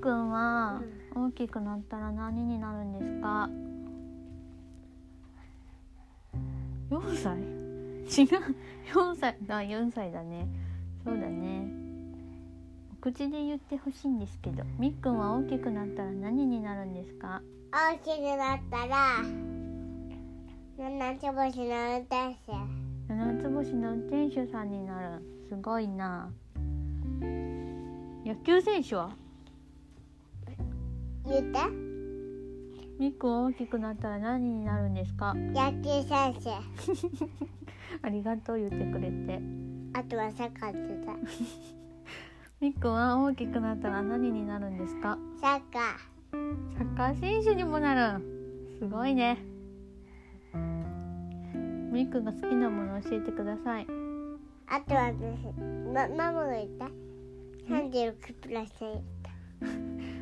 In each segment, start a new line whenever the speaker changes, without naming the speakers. くんは大きくなったら何になるんですか4歳違う4歳だ4歳だねそうだねお口で言ってほしいんですけどみっくんは大きくなったら何になるんですか
大きくなったら七つ星の運転手
七つ星の運転手さんになるすごいな野球選手は
言って
みっくん大きくなったら何になるんですか
野球選手
ありがとう言ってくれて
あとはサッカーって言っ
みっくんは大きくなったら何になるんですか
たサッカ
サッカー選手にもなるすごいねみっくんが好きなもの教えてください
ーあとはですまママが言った三十六プラス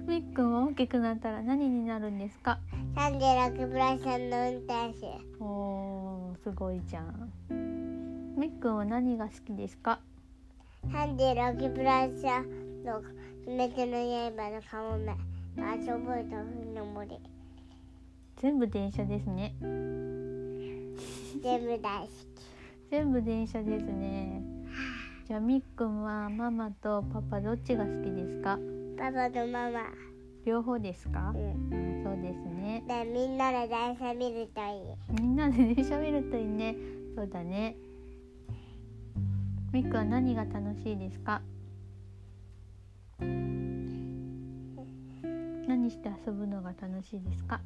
みっくんは大きくなったら何になるんですか
三十六プラス三の運転手
おーすごいじゃんみっくんは何が好きですか
三十六プラス三の鬼滅の刃のカモメあちょぼいとふの森
全部電車ですね
全部大好き
全部電車ですねじゃあみっくんはママとパパどっちが好きですか
パパとママ
両方ですか
うん
そうですね
でみんなで電車見るといい
みんなで電車見るといいねそうだねみっくんは何が楽しいですか何して遊ぶのが楽しいですか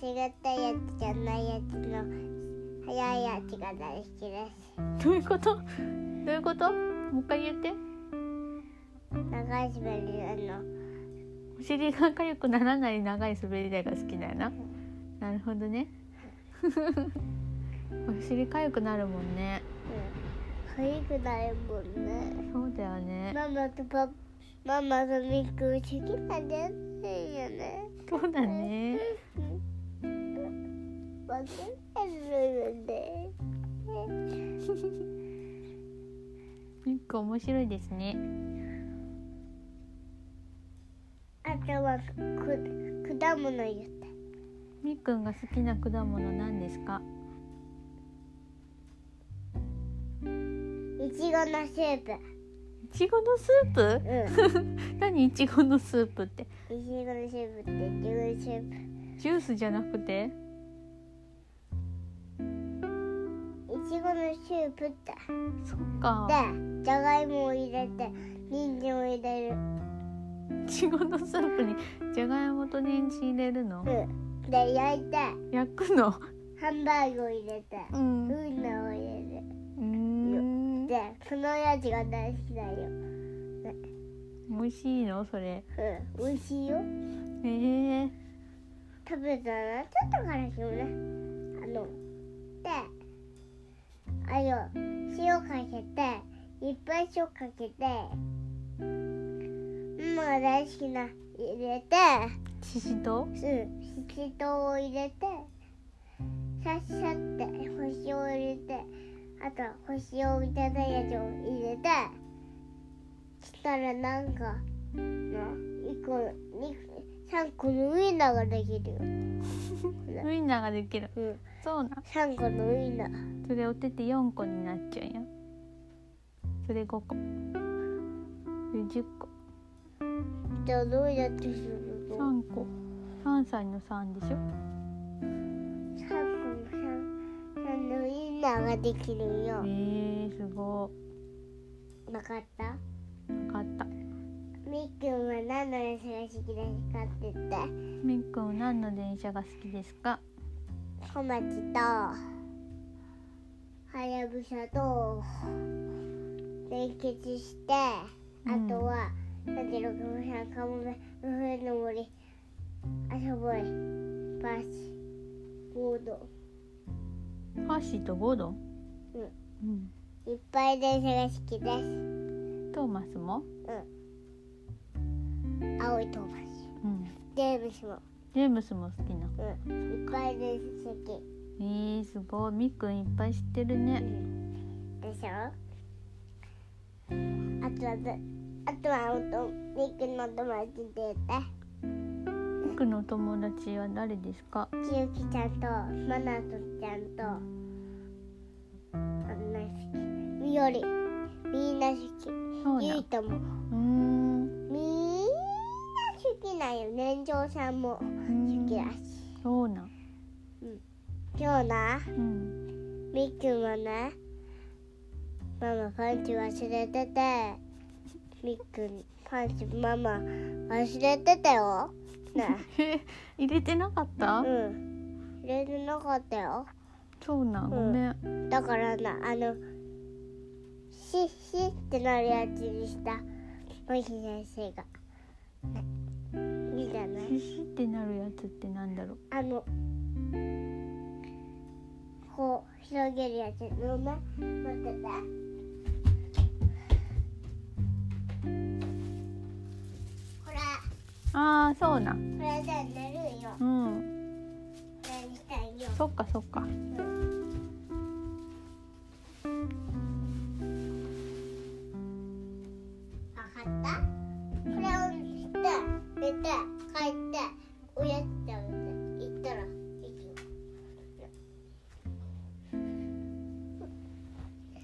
仕事やつじゃないやつの早いやつが大好きです。
どういうことどういうこともう一回言って
長い滑り台の
お尻が痒くならない長い滑り台が好きだよななるほどね お尻痒くなるもんね
うん、早くないもんね。
そうだよね
ママとパママとミック好きなんだよね。
そうだね
うんわかるよね。
みっくん面白いですね
あとはく果物言った。
みっくんが好きな果物なんですか
いちごのスープ。
いちごのスープ
うん。
何いちごのスープって
いちごのスープっていちごのスープ。
ジュースじゃなくて
いちごのスープって。
そっか
でじゃがいもを入れて人参を入れる、
いちごのスープにじゃがいもと人参入れるの
うん、で焼いて
焼くの
ハンバーグを入れて
うん
ウ
う
インナーを入れる
ーん
でそのやつが大好きだよ、
美味しいのそれ
うん、美味しいよ
えー、
食べたらちょっと辛いよねあのであの塩かけていっぱい塩かけてママが大好きな入れて
ししとう
うん、ししとうを入れて、さっさって星を入れて、あと星をいただいたやつを入れて、したらなんか、な、一個、二個、三個のウインナーができるよ。
ウインナーができる
うん、
そうなん
三個のウインナー。
それお手て4個になっちゃうやんそれ5個それ10個
じゃあどうやってするの
3個3歳の3でしょ
三個の三、三のウインナーができるよ
え。ー、すご
わかった
い分かった
みっくんは何のレースが好きですかって言って。
みっくんは何の電車が好きですか
小町とはやぶさと連結して、
うん
あとはだけどごめんなさいかもめうふの森あそぼいバスボード
ハッシーとゴードン
いっぱい電車が好きです
うんトーマスも
青いトーマス
うん
ジェームスも、
ジェームスも好きな
うん、いっぱい電車好き、
えー、すごいみっくんいっぱい知ってるね
でしょあとはだあとはおとミクの友達でね
僕の友達は誰ですか
ちゆきちゃんとマナトちゃんとあんな好きみよりみんな好
そう
き
だ
ゆいうとも
ーん
みんな好きなんよ年長さん
う
も好きだ
ーん
し
そうなん
今日な
うん
みくもねママパンチ忘れててみくパンチママ忘れてたよね
え入れてなかった、
うん入れてなかったよ
そうなんごめん、
だからなあのシッシッってなるやつにした森先生が、ね、いいじゃな
シ
い
シってなるやつってなんだろう
あのこう広げるやつごめん待っててこれ
ああそうなん
これで寝るよこ
うん
れにしたいよ
そっかそっか
わかったこれをして寝て帰っておやつ食べて行ったら行くよ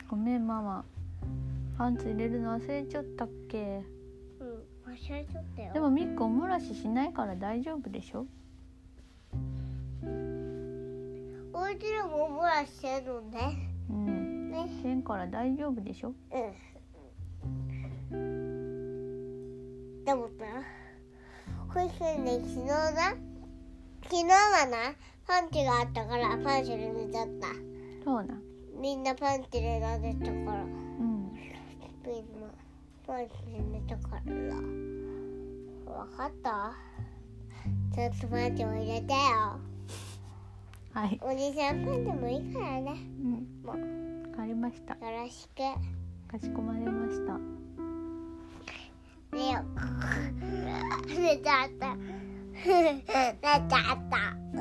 ごめんママパンツ入れるの忘れちゃったっけ
うん忘れちゃったよ
でもみっくお漏らししないから大丈夫でしょ
おうちでもおもらしてるのね
うん
ね
せんから大丈夫でしょ
うんでもな保育園で昨日な昨日はなパンチがあったからパンチで寝ちゃった
そうなん
みんなパンチで寝てたから
うん
みんなパンチで寝たからわかったちょっとパンチを入れてよ
はい、
おじさんパンでもいいから
う
ね
ん、
も
わかりました
うよろしくね
かしこまりました
よ 寝ちゃった 寝ちゃった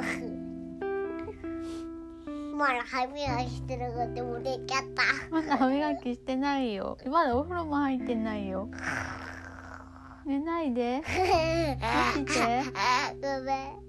まだ歯磨きしてなくても寝ちゃった
まだ歯磨きしてないよまだお風呂も入ってないよ 寝ないで起きて
ごめん